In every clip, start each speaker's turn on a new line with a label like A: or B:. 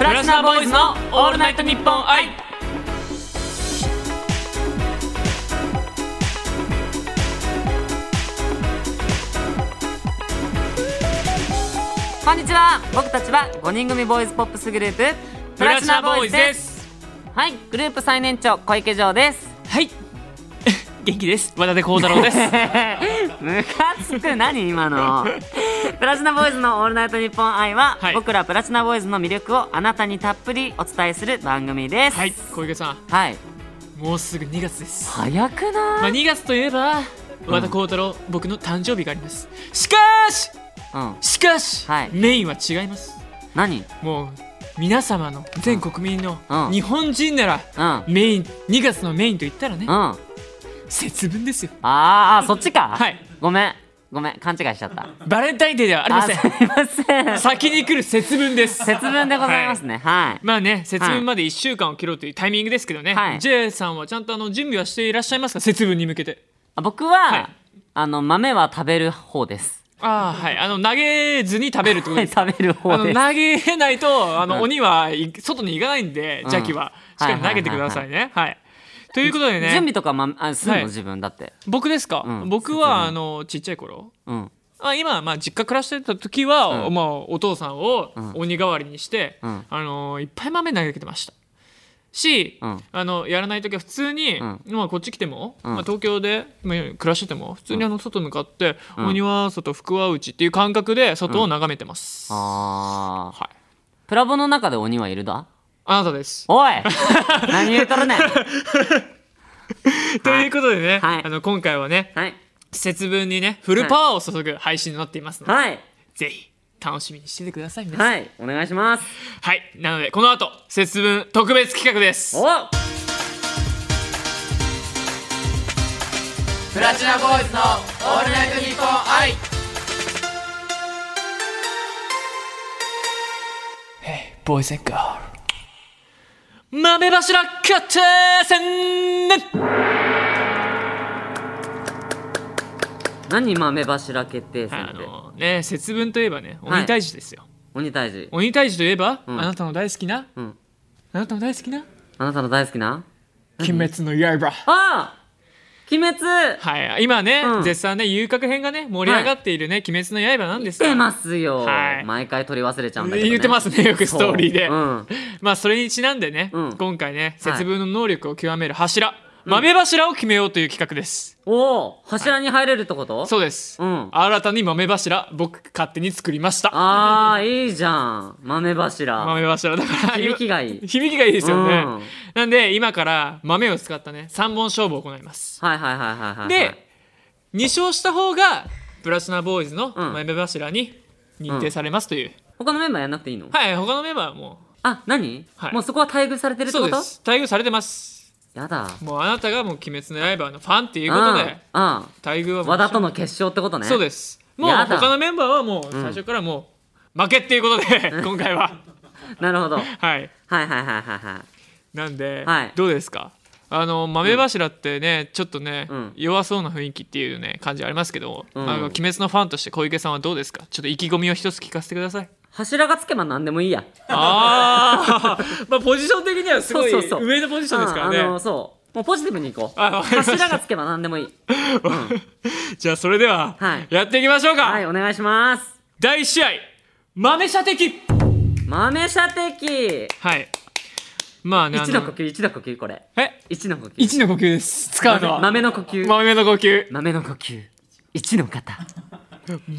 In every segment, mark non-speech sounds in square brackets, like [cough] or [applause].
A: ラスナボーイズのオールナイトニッポン愛
B: こんにちは僕たちは5人組ボーイズポップスグループ
A: プラチナボーイズです
B: はいグループ最年長小池城です [laughs]
A: はい元気です和田で幸太郎です
B: ムカつく何
A: [laughs]
B: 今のプラチナボーイズの「オールナイトニッポン愛は」
A: はい
B: 僕らプラチナボーイズの魅力をあなたにたっぷりお伝えする番組です
A: はい小池さん
B: はい
A: もうすぐ2月です
B: 早く
A: ま
B: な
A: あ
B: い、
A: 2月といえば和田幸太郎、僕の誕生日がありますしかし
B: うん
A: しかし、
B: はい
A: メインは違います
B: 何
A: もう皆様の全国民の
B: うん
A: 日本人なら
B: うん
A: メイン2月のメインと言ったらね
B: うんあー
A: 節分ですよ
B: あーそっちか
A: はい
B: ごめんごめん勘違いしちゃった
A: バレンタインデーではありませ
B: す
A: ん
B: いません
A: 先に来る節分です
B: 節分でございますねはい、
A: まあね節分まで1週間を切ろうというタイミングですけどね、
B: はい
A: J さんはちゃんとあの準備はしていらっしゃいますか節分に向けて
B: あ僕は、
A: はい
B: あの豆は食べる方です
A: ああ [laughs] はいあの投げずに食べるってこと
B: は
A: で
B: い
A: すか
B: 食べる
A: あ
B: 方
A: の
B: です
A: 投げないとあの、
B: うん
A: 鬼はい外に行かないんで邪気は、
B: うん
A: しっかり投げてくださいねはいということでね
B: 準備とか、ま、あするの、
A: はい
B: 自分だって
A: 僕ですか、
B: うん
A: 僕はあのちっちゃい頃
B: うん
A: あ今、まあ、実家暮らしてた時は、
B: うん
A: まあ、お父さんを
B: うん
A: 鬼代わりにして、
B: うん
A: あのーいっぱい豆投げてましたし、
B: うん
A: あのやらない時は普通に、
B: うん
A: まあ、こっち来ても、
B: うん
A: まあ、東京で、まあ、暮らしてても普通にあの外向かって、
B: うん
A: 鬼は外福は内っていう感覚で外を眺めてます、
B: あー
A: はい、
B: プラボの中で鬼はいるだ
A: あなたです
B: お
A: [laughs]
B: い何言うとるねん
A: ということでね、
B: はい
A: あの今回はね
B: はい
A: 節分にねフルパワーを注ぐ配信になっていますので、
B: はい
A: ぜひ楽しみにしててください皆さん
B: はいお願いします
A: はい、なのでこの後節分特別企画です
B: お
A: プラチナボーイズのオールナイトニッポン愛ボーイズガール豆柱決定戦
B: 何豆柱決定戦
A: あ
B: って
A: のね節分といえばね
B: はい
A: 鬼退治ですよ、
B: 鬼退治
A: 鬼退治といえば、
B: ん
A: あなたの大好きな
B: うん
A: あなたの大好きな
B: あなたの大好きな
A: 鬼滅の刃
B: あー鬼滅
A: はい今ね、
B: うん
A: 絶賛ね遊郭編がね盛り上がっているね、鬼滅の刃なんです
B: 来て
A: が
B: ますよ、
A: はい
B: 毎回取り忘れちゃうんだけど、ね、
A: 言ってますねよくストーリーで、
B: そううん
A: まあそれにちなんでね、
B: うん
A: 今回ね
B: はい
A: 節分の能力を極める柱、豆柱を決めようという企画です、
B: おお柱に入れるってこと、
A: そうです、
B: うん
A: 新たに豆柱僕勝手に作りました
B: ああいいじゃん豆柱
A: 豆柱だから
B: 響きがいい
A: 今響きがいいですよね、
B: うん
A: なんで今から豆を使ったね3本勝負を行います
B: はいはいはいはいはい
A: で2勝した方がプラチナボーイズの
B: うん
A: 豆柱に認定されますという、
B: 他のメンバーやんなくていいの、
A: はい他のメンバーはも
B: あ何、
A: はい
B: もうそこは待遇されてる
A: う
B: って
A: そ
B: こ
A: うで
B: と
A: す待遇されてます
B: やだ
A: もうあなたがもう鬼滅の刃のファンっていうことで
B: あ
A: 待遇はも
B: あ
A: ちろん
B: 和田との決勝ってことね
A: そう
B: す
A: ですもう
B: やだ
A: 他のメンバーはもう最初からもう負けっていうことで今回は
B: な
A: [laughs]
B: るほどはい
A: はい
B: はいはいはいはい
A: なんで
B: はい
A: どうですかあの豆柱ってねちょっとね
B: うん
A: 弱そうな雰囲気っていうね感じありますけど
B: うん
A: あの鬼滅のファンとして小池さんはどうですかちょっと意気込みを一つ聞かせてくだ
B: [laughs]
A: さい
B: 柱がつけば何でもいいや
A: あー [laughs] まあポジション的にはすごい
B: そうそうそう
A: 上のポジションですから
B: うんあの
A: ね
B: そうもうポジティブにいこう
A: あわかりました
B: 柱がつけば何でもいい
A: じゃあそれでは
B: はい
A: やっていきましょう
B: はい
A: か
B: お願いします
A: 第1試合豆射的
B: 豆射的
A: はいまあねあ
B: 一の呼吸一の呼吸これ
A: え
B: 一の呼吸
A: 一の呼吸です使うのは
B: 豆豆の呼吸
A: 豆の呼吸
B: 豆の呼吸一の
A: [laughs]
B: 肩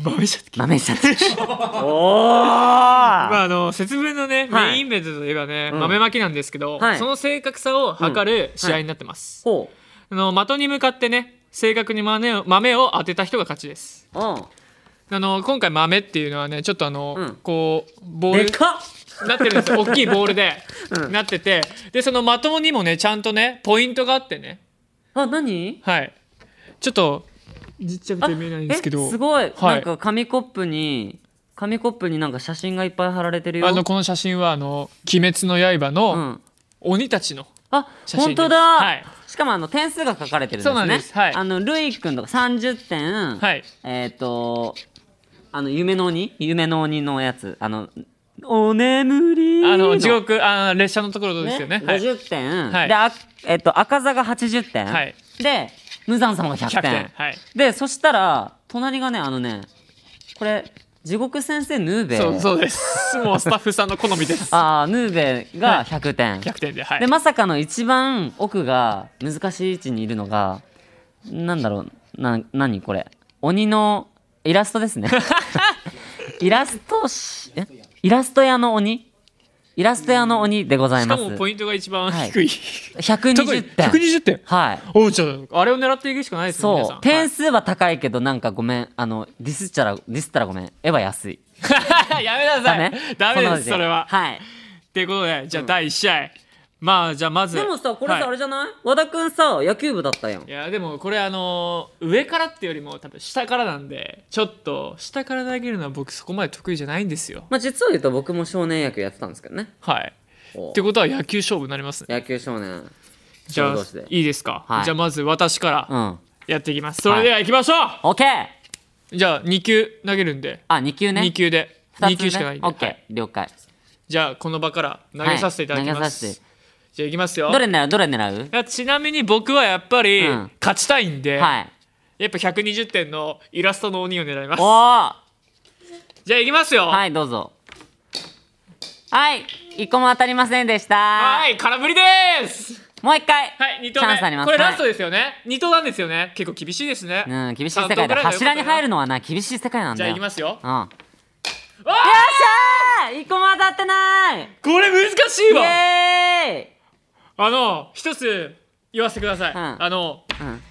A: 豆じゃ
B: 豆射的
A: [laughs]
B: おお
A: まああの節分のね、
B: はい
A: メインイベントといえばね、
B: うん
A: 豆まきなんですけど、
B: はい
A: その正確さを測る試合になってます、
B: ほ
A: あの的に向かってね正確に豆を豆を当てた人が勝ちです
B: ううん
A: あの今回豆っていうのはねちょっとあの、
B: うん
A: こうボー
B: で
A: ル
B: かっ
A: なってるんですよ大きいボールで、
B: [laughs] うん
A: なっててでその的にもねちゃんとねポイントがあってね
B: あ何
A: はいちょっとちっちゃく
B: あ
A: て見えないんですけど
B: えすごい、
A: はい
B: なんか紙コップに紙コップになんか写真がいっぱい貼られてるよ
A: あのこの写真はあの「鬼滅の刃」の、
B: うん
A: 鬼たちの
B: あ
A: 写真です
B: 本当だ、
A: はい
B: しかもあの点数が書かれてるんですね
A: そうなんですはい
B: あのルイ君とか30点、
A: はい
B: えっ、とあの夢の鬼夢の鬼のやつあのお眠り
A: あの地獄あー列車のところですよね
B: ね
A: はい
B: 50点、
A: はい
B: であ、えっと、赤座が80点、
A: はい
B: で無惨様が100
A: 100
B: 点
A: 点はい
B: でそしたら隣がねあのねこれ地獄先生ヌーベイ
A: そうそうですもうスタッフさんの好みです
B: あーヌーベイ
A: は
B: が
A: い
B: 100点、
A: 100点ではい
B: でまさかの一番奥が難しい位置にいるのがなんだろうな何これ鬼のイラストで
A: [laughs]
B: すねイラストしえイラスト屋の鬼イラスト屋の鬼でござい
A: し
B: ま
A: か
B: す
A: もポイントが一番
B: はい
A: 低い、特に
B: 120点
A: 120点
B: はい
A: おうちょっとあれを狙っていくしかないですね皆さ
B: そ
A: ん
B: う点数は高いけどなんかごめんあのディスっちゃらディスったらごめん絵は安い
A: はい [laughs] やめな
B: ダ
A: さ
B: メ
A: いダメ
B: こ
A: で
B: の
A: すそれは
B: はい
A: っていうことでじゃあ第1試合、まあじゃあまず
B: でもさこれ
A: はい
B: さあれじゃない、和田くんさ野球部だったやん
A: いやでもこれあのー上からっていうよりも多分下からなんでちょっと下から投げるのは僕そこまで得意じゃないんですよ
B: まあ実を言うと僕も少年野球やってたんですけどね
A: はい
B: お
A: ってことは野球勝負になりますね
B: 野球少年
A: じゃあ
B: 同士で
A: いいですか、
B: はい
A: じゃあまず私
B: う
A: から
B: ん
A: やっていきます、それでは行きましょう、
B: オッケー
A: じゃあ2球投げるんで、
B: あ二2球ね
A: 2球で
B: 二
A: 2球しかないんで、
B: オッケー、
A: はい
B: 了解
A: じゃあこの場から投げさせていただき
B: はい投げ
A: ま
B: さ
A: す、
B: せて
A: じゃあ行きますよ
B: どれ狙うどれ狙
A: いやちなみに僕はやっぱり
B: うん
A: 勝ちたいんで、
B: うはい
A: やっぱ120点のイラストの鬼を狙います
B: おお
A: じゃあ行きますよ
B: はいどうぞはい一個も当たりませんでした
A: はい空振りです
B: もう一回
A: はい、二投
B: チ
A: 目。
B: ャンスあります
A: これラスト
B: はい
A: ですよね。二、投なんですよね。結構厳しいですね。
B: うん厳しい世界だ柱に入る
A: の。
B: のはな厳しい世界なん
A: じ
B: だ
A: ゃあ
B: よ
A: 行きますよ。
B: うんよ
A: わ
B: っしゃー一個も当たってない
A: ーこれ難しい
B: イ
A: わ。
B: エ
A: あの一つ言わせてください。
B: うん
A: あの
B: ーイ、うん、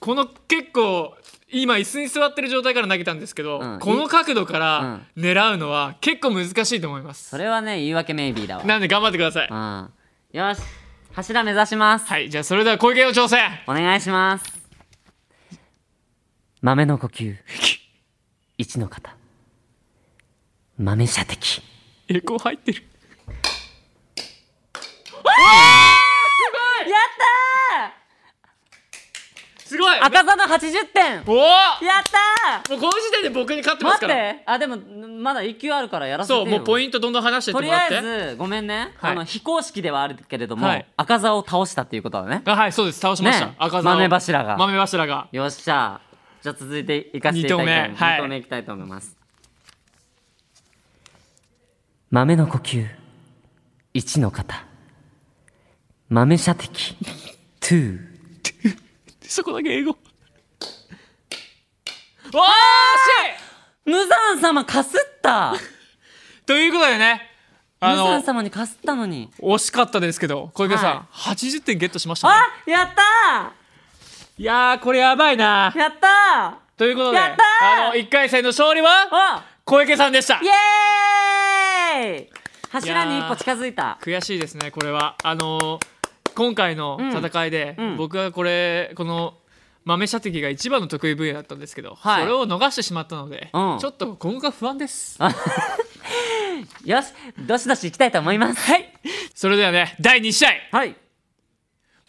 A: この結構今椅子に座ってる状態から投げたんですけど、
B: うん
A: この角度から狙うのは結構難しいと思います
B: そ。れはね言い訳メイビーだわ
A: なんで頑張ってください。
B: うんよし柱目指します、
A: はい、じゃあそれでは小池の挑戦。
B: お願いします豆の呼吸 [laughs] 一の型豆射的
A: エコー入ってる。
B: やっ
A: すごい。
B: たー赤座の80点
A: おお。も
B: やった
A: うこの時点で僕に勝って
B: ー
A: ますか
B: 待っ
A: ら。
B: てあでもまだ1級あるからやらせて
A: そ
B: よ
A: う、もうポ
B: ン
A: イントどんどん話してって
B: と
A: も
B: り
A: ら
B: あ
A: って。
B: えずごめんね、
A: はい
B: あの非公式ではあるけれども、
A: はい
B: 赤座を倒したっていうことだね
A: あはいそうです倒しました、
B: ね
A: 赤座を
B: 豆柱が
A: 豆柱が
B: よっしゃじゃあ続いていかせていた
A: 二投
B: だきたい
A: 目はい
B: 2投目いきたいと思います、豆の呼吸1の型豆射的2
A: そこだけ英語わあ
B: 無惨様かすった
A: 惜しいということでねあ
B: 無
A: の
B: 惨様にかすったのに
A: 惜しかったですけど小池さん、
B: は
A: 80点ゲットしました、ね、
B: あやった
A: いやーこれやばいな
B: ーやったー
A: ということで
B: やったー
A: あの1回戦の勝利は
B: あ
A: 小池さんでした
B: イエーイ柱に一歩近づいた
A: 悔しいですねこれはあのー今回の戦いで、
B: うんうん
A: 僕はこれこの豆射的が一番の得意分野だったんですけど、
B: はい
A: それを逃してしまったので、
B: うん
A: ちょっと今後が不安です
B: よしどしどし行きたいと思いますはい
A: それではね第2試合
B: はい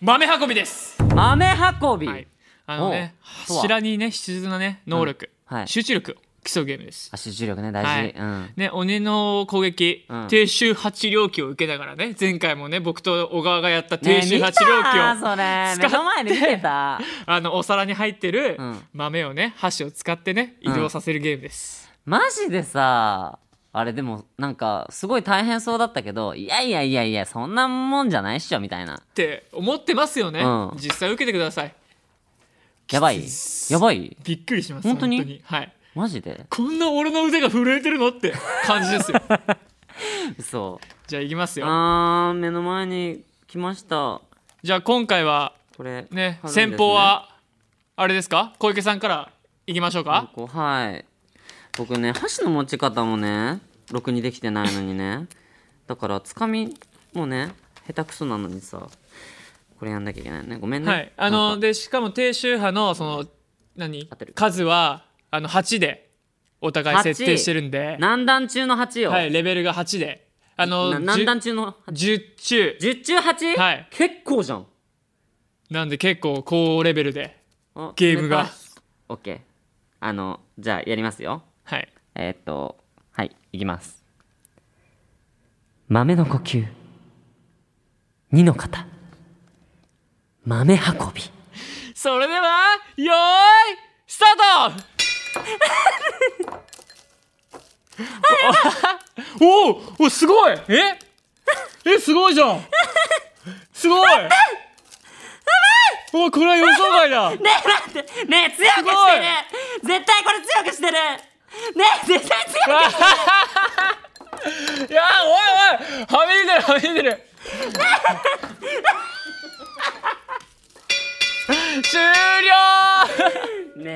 A: 豆運びです、
B: 豆運び、
A: はい、あのね
B: おう
A: 柱にね必要なね能力、
B: うんはい
A: 集中力を競うゲームです
B: あ集中力ね大事、
A: はい
B: うん
A: ね、鬼の攻撃、
B: うん
A: 低周波治療器を受けながらね前回もね僕と小川がやった
B: ねえ
A: 低周波治療器
B: 見
A: を、
B: たそ
A: 使
B: れ
A: っ
B: 目の前で見てた
A: あのお皿に入ってる
B: うん
A: 豆をね箸を使ってね移動させるゲームです、
B: マジでさあれでもなんかすごい大変そうだったけどいやいやいやいやそんなもんじゃないっしょみたいな
A: って思ってますよね、
B: うん
A: 実際受けてください
B: やばい
A: きつ
B: やばい
A: びっくりします
B: 本当に
A: はい
B: マジで
A: こんな俺の腕が震えてるのって感じ
B: [laughs]
A: ですよ
B: 嘘
A: じゃあいきますよ
B: あー目の前に来ました
A: じゃあ今回は
B: これ
A: ね、
B: 貼るんですね
A: 先方はあれですか小池さんからいきましょうか、
B: ここはい僕ね箸の持ち方もねろくにできてないのにねだからつかみもね下手くそなのにさこれやんなきゃいけないのねごめんね
A: はいあ
B: なん
A: の
B: か
A: でしかも低周波のその何
B: 合ってる
A: 数はあの8でお互い設定
B: 八
A: してるんで、
B: 何段中の8よ、
A: はい、レベルが8であの
B: な何段中の
A: 10, 10中
B: 10中 8?、
A: はい
B: 結構じゃん
A: なんで結構高レベルで
B: あ
A: ゲームが
B: オッケーあのじゃあやりますよ
A: はい
B: えーっとはいいきます豆の呼吸二の型豆運び
A: それではよーいスタート [laughs] おおおすごいええすごいじゃんす
B: [laughs]
A: ごいおこれは予想外だ
B: ねえ待ってねえ強くしてね絶対これ強くしてるねえ絶対強
A: [laughs]
B: く
A: あははいやーおいおいはみ出てるはみ出てる [laughs] 終了 [laughs]
B: [laughs] ね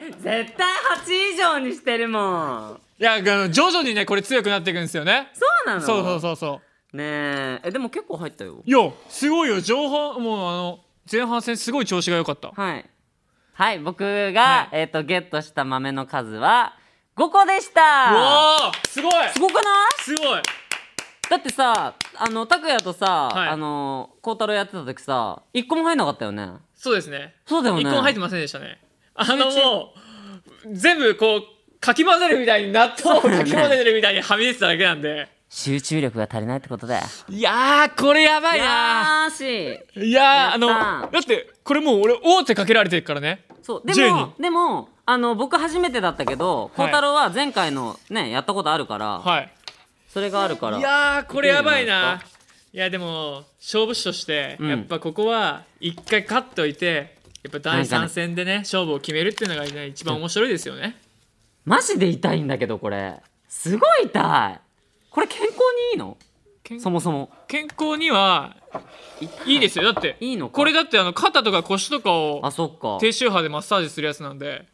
B: え絶対8以上にしてるもん
A: いやあの徐々にねこれ強くなっていくんですよね
B: そうなの
A: そうそうそうそ
B: ねええでも結構入ったよ
A: ういやすごいよ情報もうあの前半戦すごい調子が良かった
B: はいはい僕が、えっ、とゲットした豆の数は5個でし
A: う
B: た
A: わーすごい
B: すごくない
A: すごい
B: だってさあの拓哉とさ、
A: はい
B: あの孝太郎やってた時さ1個も入んなかったよね
A: そうですね
B: そうだよね
A: 一個も入ってませんでしたねあの [laughs]
B: 集中
A: もう全部こうかき混ぜるみたいに納豆をかき混ぜるみたいにはみ出てただけなんで
B: 集中力が足りないってことだよ
A: いやーこれやばいな
B: よーし
A: ーいやーあの
B: やった
A: だってこれもう俺王手かけられてるからね
B: そうで
A: 10
B: も
A: 人
B: でもあの僕初めてだったけど孝太郎は前回のねやったことあるから、
A: はい
B: それがあるから
A: いやーこれやばい
B: いけるん
A: な
B: じゃないです
A: いやでも勝負師として
B: うん
A: やっぱここは一回勝っといてやっぱ第3戦でね勝負を決めるっていうのがね一番面白いですよね
B: マジで痛いんだけどこれすごい痛いこれ健康にいいの
A: 健
B: そもそも
A: 健康にはいいいですよだって
B: いいのか
A: これだってあの肩とか腰とかを
B: あそっか
A: 低周波でマッサージするやつなんで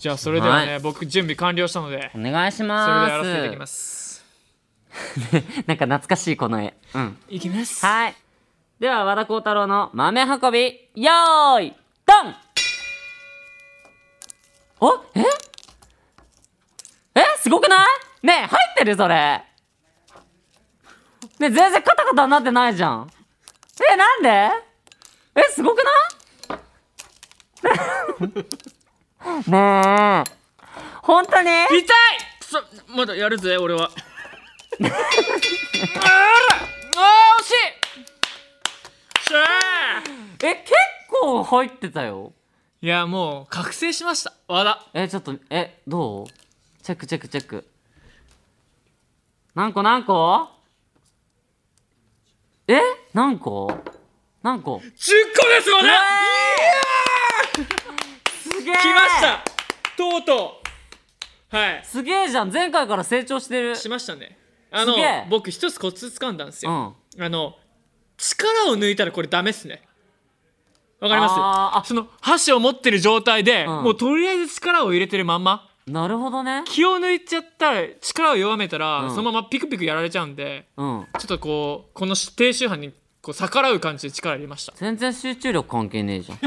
A: じゃあそれではね、僕準備完了したので
B: お願いし
A: それでや
B: ま
A: ら
B: す
A: せていただきます
B: [laughs] なんか懐かしいこの絵うん
A: いきます
B: はいでは和田幸太郎の豆運びよーいドンおええすごくないねえ入ってるそれねえ全然カタカタになってないじゃんえなんでえすごくない [laughs] ねえ本当に
A: 痛いくそまだやるぜ俺は [laughs] あらあー惜しいしゃー
B: え結構入ってたよ
A: いやもう覚醒しました和田
B: えちょっとえどうチェックチェックチェック何個何個え何個何個
A: 10個です和田
B: う
A: い
B: わ
A: や
B: すげえ
A: ー来ましたとうとうはい
B: すげえじゃん前回から成長してる
A: しましたねあの
B: すげえ
A: 僕一つコツ掴んだんです
B: う
A: よ、
B: ん
A: あの力を抜いたらこれダメっすねわかり
B: あー
A: ま
B: あ
A: すその箸を持ってる状態で、
B: うん
A: もうとりあえず力を入れてるまんま
B: なるほどね
A: 気を抜いちゃったら力を弱めたら、
B: うん
A: そのままピクピクやられちゃうんで
B: うん
A: ちょっとこうこの低周波にこう逆らう感じで力入れました
B: 全然集中力関係ね
A: [laughs]
B: えじゃん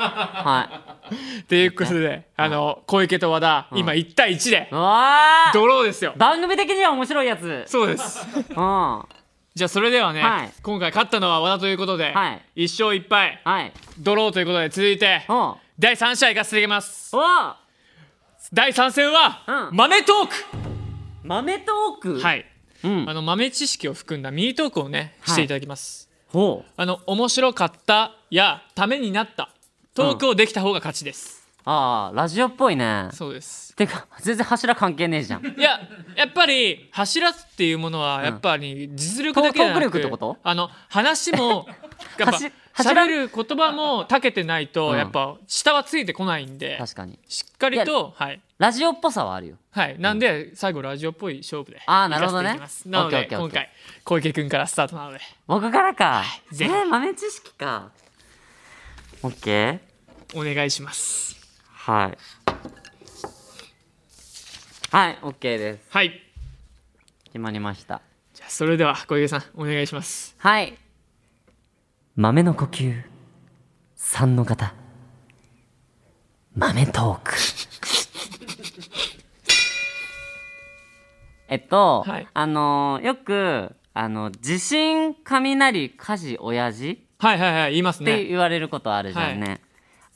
B: は
A: ということであの小池と和田、
B: うん
A: 今1対1で
B: いうわ
A: ド
B: ー
A: ローですよ
B: 番組的には面白いやつ
A: そうです
B: うんは
A: じゃあそれではね、
B: はい
A: 今回勝ったのは和田ということで、
B: は
A: 一勝一敗
B: い
A: ドローということで続いて
B: うんお
A: 第3試合行かせていただきます
B: ー
A: 第3戦は、
B: うん
A: 豆トー
B: 豆トーク
A: クはい
B: うん
A: あの豆知識を含んだミニトークをね
B: はい
A: していただきます、
B: ほう
A: あの面白かったやためになったトークをできた方が勝ちです、
B: ああラジオっぽいね
A: そうです
B: てか全然柱関係ねえじゃ
A: [laughs] い
B: ん
A: ややっぱり柱っていうものはやっぱり実力だけじゃなく、
B: トーク力ってこと
A: あの話
B: [laughs]
A: もやっぱ
B: はし柱
A: 喋る言葉もたけてないと、
B: うん
A: やっぱ下はついてこないんで
B: 確かに
A: しっかりとはい
B: ラジオっぽさはあるよ
A: はいなんで最後ラジオっぽい勝負で
B: あーなるほどね
A: 行かせていただきますなの
B: オッ
A: で
B: ケーオ
A: 今
B: ッケーオッ
A: 回小池くんからスタートなので
B: 僕からかえ
A: ぜひ
B: ー、豆知識かオッケー
A: お願いします
B: はいはいオッケーです
A: はい
B: 決まりました
A: じゃあそれでは小池さんお願いします
B: はい豆の呼吸3の方豆トーク [laughs] えっと、
A: はい
B: あのよくあの地震雷火事親父
A: はいはいはい言います
B: って
A: ね
B: 言われることあるじゃんね。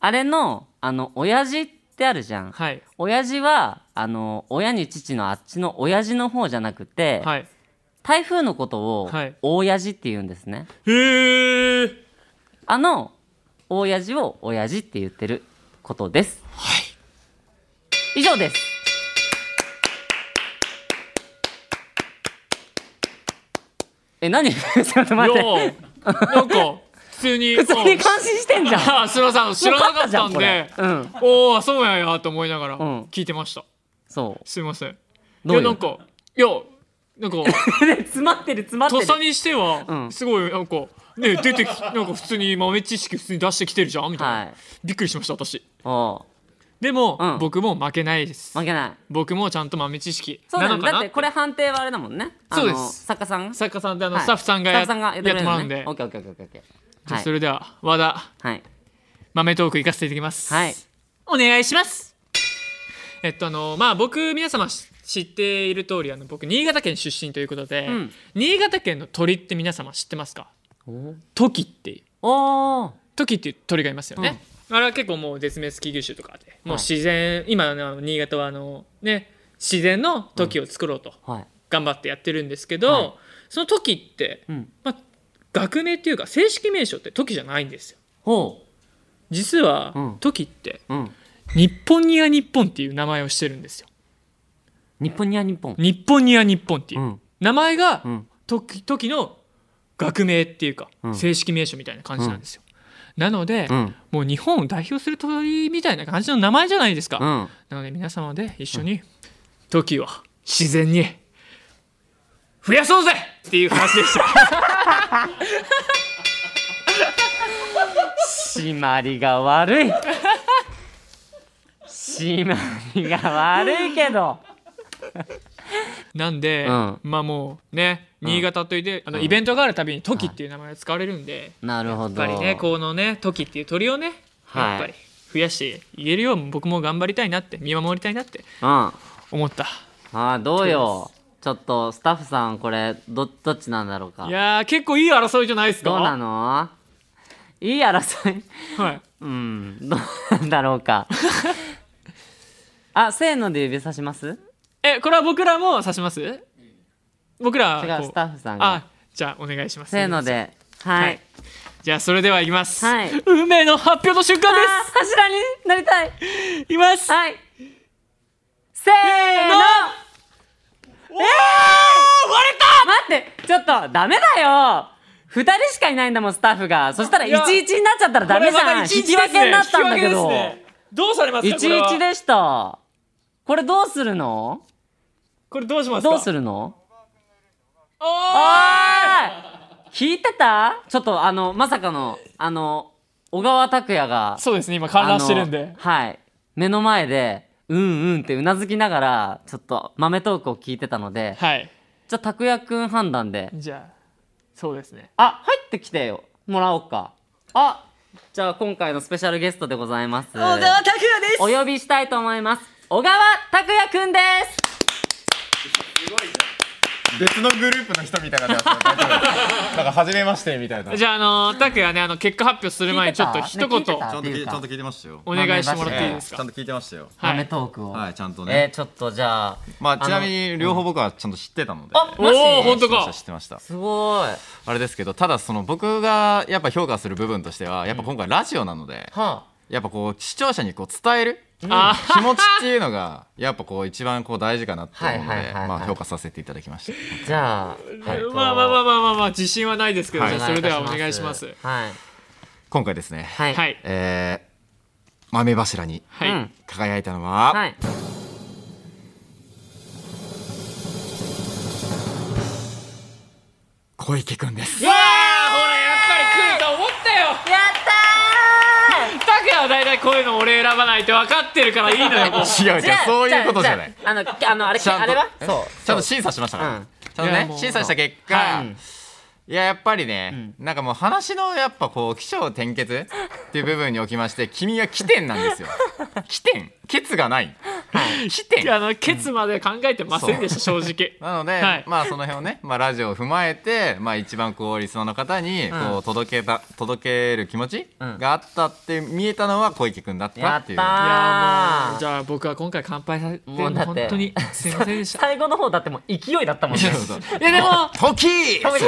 B: あれの、あの、親父っってあるじゃん。
A: はい
B: 親父は、あの、親に父のあっちの親父の方じゃなくて、
A: はい
B: 台風のことを
A: はい、
B: 親父って言うんですね。
A: へえ
B: あの、親父を親父って言ってることです。
A: はい
B: 以上です。え、何 [laughs] ちょっと待って。
A: ようなんか普通に
B: [laughs] 普通に感心してんじゃん。
A: ああすいません知らなかったんで
B: もう勝ったじゃんこ
A: おおそうやんやと思いながら
B: うん
A: 聞いてました、
B: そ
A: すいません
B: どうよ
A: いやなんかいや
B: [laughs]
A: なんか [laughs]
B: う。で詰まってる詰まって
A: と
B: る。
A: っさにしては、
B: うん
A: すごいなんかね出てきなんか普通に豆知識普通に出してきてるじゃんみたいな、
B: はい
A: びっくりしました私
B: お
A: でも、
B: うん
A: 僕も負けないです
B: う負けない。
A: 僕もちゃんと豆知識
B: そう
A: な
B: だ
A: のか
B: ね。だ
A: な
B: ってこれ判定はあれだもんね。あの
A: そうです
B: 作家さん。
A: 作家さんであの、
B: はい
A: スタッフさんがや
B: スタッフさん
A: やってもらうん
B: ね
A: で、
B: オッケーオッケーオッケーオッケー。
A: じゃ
B: は
A: あそ
B: い。
A: れでは和田
B: はい。
A: 豆トーク行かせていただきます
B: はい。
A: お願いしますえっとあのまあ僕皆様し知っている通りあの僕新潟県出身ということで、
B: うん
A: 新潟県の鳥って皆様知ってますか
B: お
A: トキっていう
B: おー。
A: トキっていう鳥がいますよね、あれは結構もう絶滅危惧種とかでもう
B: はい
A: 自然、今のあの新潟はあのね自然のトキを作ろうと
B: はい。
A: 頑張ってやってるんですけど、
B: はい
A: そのトキって、
B: うん。
A: まあ、学名っていうか正式名称ってトキじゃないんですよ
B: ほ
A: 実は、
B: うん
A: トキって
B: う。うん。
A: 日本ニア日本っていう名前をしてるんですよ
B: 日本には日本。
A: 日本ニア日本っていうう、
B: ん。
A: 名前が
B: うん。
A: 時時の学名っていうか、
B: うん
A: 正式名称みたいな感じなんですよ、なので、
B: うん。
A: もう日本を代表する鳥みたいな感じの名前じゃないですか、
B: うん。
A: なので皆様で一緒に時を自然に増やそうぜっていう話でした
B: 締まりが悪 [laughs] い締まりが悪いけど
A: なんで、
B: うん
A: まあもうね新潟といって、あの
B: うん
A: イベントがあるたびに時っていう名前が使われるんで、
B: なるほ
A: やっ
B: ど
A: ぱりねこのね時っていう鳥をね
B: はい
A: やっぱり増やして言えるよう僕も頑張りたいなって見守りたいなって
B: うんあ
A: 思った
B: あどうよちょっとスタッフさんこれどどっちなんだろうか
A: いやー結構いい争いじゃないですか
B: どうなのいい争い
A: はい
B: うんどうなんだろう
A: [laughs]
B: かあせーので指さします
A: えこれは僕らも指します僕ら
B: 違
A: は
B: う
A: こ
B: スタッフさんが
A: あじゃあお願いします
B: せーので
A: は、
B: はいい
A: じゃあそれではいきます、
B: はい
A: 運命の発表の瞬間
B: あー柱になりたい
A: ですいます
B: はいせー
A: おー
B: の
A: 割れた
B: 待ってちょっとダメだよ二人しかいないんだもんスタッフがそしたら
A: いや
B: 11になっちゃったらダメじ
A: これ
B: ゃ
A: ま
B: ん
A: た
B: 引
A: 一日
B: き分けになったんだけ
A: です
B: ど
A: ね引き分けですねどうされますかこれは
B: 11でしたこれどうするの
A: これどうしますか
B: どうするの
A: お
B: お
A: ーい
B: ーい聞いてたちょっとあのまさかのあの小川拓也が
A: そうですね今観覧してるん
B: あ
A: で
B: のはい目の前でうんうんってうなずきながらちょっと豆トークを聞いてたので
A: はい
B: じゃあ拓也くん判断で
A: じゃあそうですね
B: あ、入ってきてよ。もらおうか。あ、じゃあ今回のスペシャルゲストでございます。
A: 拓也で
B: お呼びしたいと思います。小川拓也くんです。
C: 別のグループの人みたいなやつだっ
A: [laughs]
C: たなんか初めましてみたいな
A: じゃああの拓也ねあの結果発表する前にちょっと
B: 聞い
A: 一
B: てた
A: 言
B: ね聞いてた
C: ちゃんと聞い
B: っていうか
C: ちゃんと聞いてましたよ
A: お願いしてもらっていいです
C: ええちゃ
A: か
C: んと聞いてましたよ
A: はい
B: アメトークを。
C: はいちゃんと
B: え
C: ね
B: ー、ちょっとじゃあ。
C: まあちなみ
B: に。
C: に両方僕はちゃんと知ってたので
B: あ、
A: お
B: マジ
A: お本当
C: 知って
A: か
C: ました知ってました
B: すごい。は
C: あれですけどただその僕がやっぱ評価する部分としてはやっぱ今回ラジオなので
B: あ。
C: やっぱこう視聴者にこう伝える
A: あ
C: 気持ちっていうのがやっぱこう一番こう大事かなって思うの
B: はいはい
C: で
B: はいはい
C: まあ評価させていただきました
B: じゃあ。
A: まあ
B: えっと
A: まあまあまあまあまあ自信はないですけど
C: はい
A: じゃあそれではお願いします
B: はい。
C: 今回ですね
B: はい。
A: は。い
C: えー豆柱に
A: は
B: う
A: い
B: ん
C: 輝いたのは
B: はい。
C: 小池くんです
A: うわあほらやっぱり来ると思ったよ
B: やったー
A: 拓也は大体こういうの俺選ばないって分かってるからいいのよもう
C: 違う違うそういうことじゃない
B: ああの、あの、あれ、
C: ちゃんと
B: あれは
C: え
B: そう。
C: ちゃんと審査しましたから、
B: うん
C: ちゃんと
A: いや
C: ね
A: もう
C: 審査した結果、
A: はい
C: いややっぱりね、なんかもう話のやっぱこう起承転結っていう部分におきまして君は起点なんですよ起点ケツがない起
A: い
C: 点
A: やあのケツまで考えてませんでした正直
C: なので、
A: はい
C: まあその辺をね、まあ、ラジオを踏まえて、まあ、一番こうリスナーの方にこう届けた、届ける気持ち
B: うん
C: があったって見えたのは小池君だったっていう
B: やったー
A: いやも
B: あー
A: うじゃあ僕は今回乾杯させて
B: もうだって
A: 本当にすいませんでした
B: 最後の方だってもう勢いだったもんね
C: そうそう
A: いやでも
C: 時ー
B: 時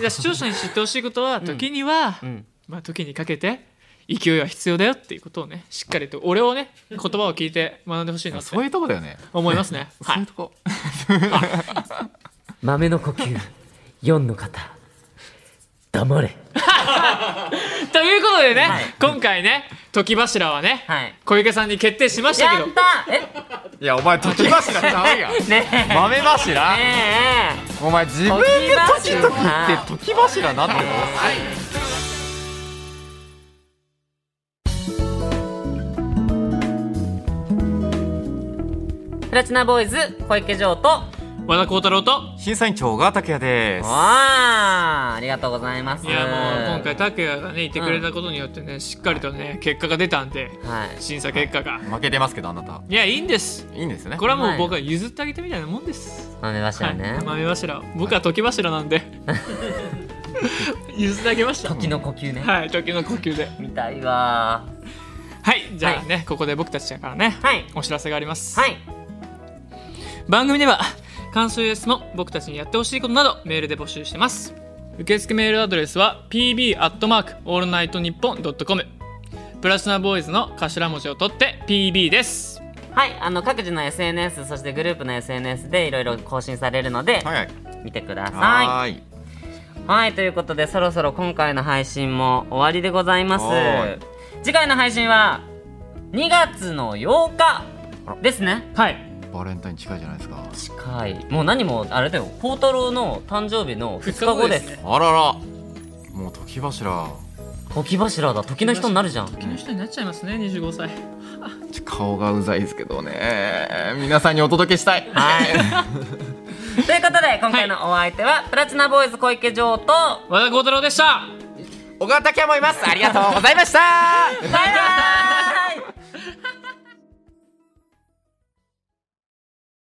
A: いや視聴者に知ってほしいことは時には、
B: ん
A: まあ、時にかけて勢いは必要だよっていうことをねしっかりと俺をね言葉を聞いて学んでほしいなって
C: そういうとこだよね
A: 思いますね。はい、
B: 豆の呼吸4の方黙れ
A: ということでね、
B: はい
A: 今回ね時柱はね、
B: はい
A: 小池さんに決定しましたけ
B: や
A: ど
B: ったえ
C: いやお前時柱ちゃうやん
B: ねえ
C: 豆柱
B: ねえ
C: お前自分で時々って時柱なんだよ
B: プラチナボーイズ小池城とわ
A: 和田幸太郎と
C: 審査員長が竹谷です
B: あありがとうございます
A: いやもう今回拓也がねいてくれたことによってねしっかりとね結果が出たんで
B: はい
A: 審査結果が
C: 負けてますけどあなた
A: いやいいんです
C: いいんですよね
A: これはもう僕は譲ってあげたみたいなもんです
B: 豆
A: は
B: 柱
A: い
B: ね、
A: 豆柱僕は時柱なん
B: [laughs]
A: で譲ってあげました
B: 時の呼吸ね、
A: はい時の呼吸で
B: 見たいわ
A: はいじゃあね、ここで僕たちからね、
B: はい
A: お知らせがあります、
B: はい
A: 番組では感想や質問僕たちにやってほしいことなどメールで募集してます受付メールアドレスは pb アットマークオールナイトニッポンドットコムプラチナボーイズの頭文字を取って PB です
B: はいあの各自の SNS そしてグループの SNS でいろいろ更新されるので、
C: はいはい
B: 見てくださ
C: はーい
B: いはいということでそろそろ今回の配信も終わりでございます
C: はーい
B: 次回の配信は2月の8日ですね
A: はい
C: バレンタイン近いじゃないですか
B: 近いもう何もあれだよ孝太郎の誕生日の2日後です
A: ね
C: あららもう時柱
B: 時柱だ時の人になるじゃん
A: 時の人になっちゃいますね25歳
C: ちょ顔がうざいですけどね皆さんにお届けしたい
B: はいということで今回のお相手は、プラチナボーイズ小池城とバ
A: 和田幸太郎でした
C: [laughs] 小川竹也もいますありがとうございました
B: イバーイ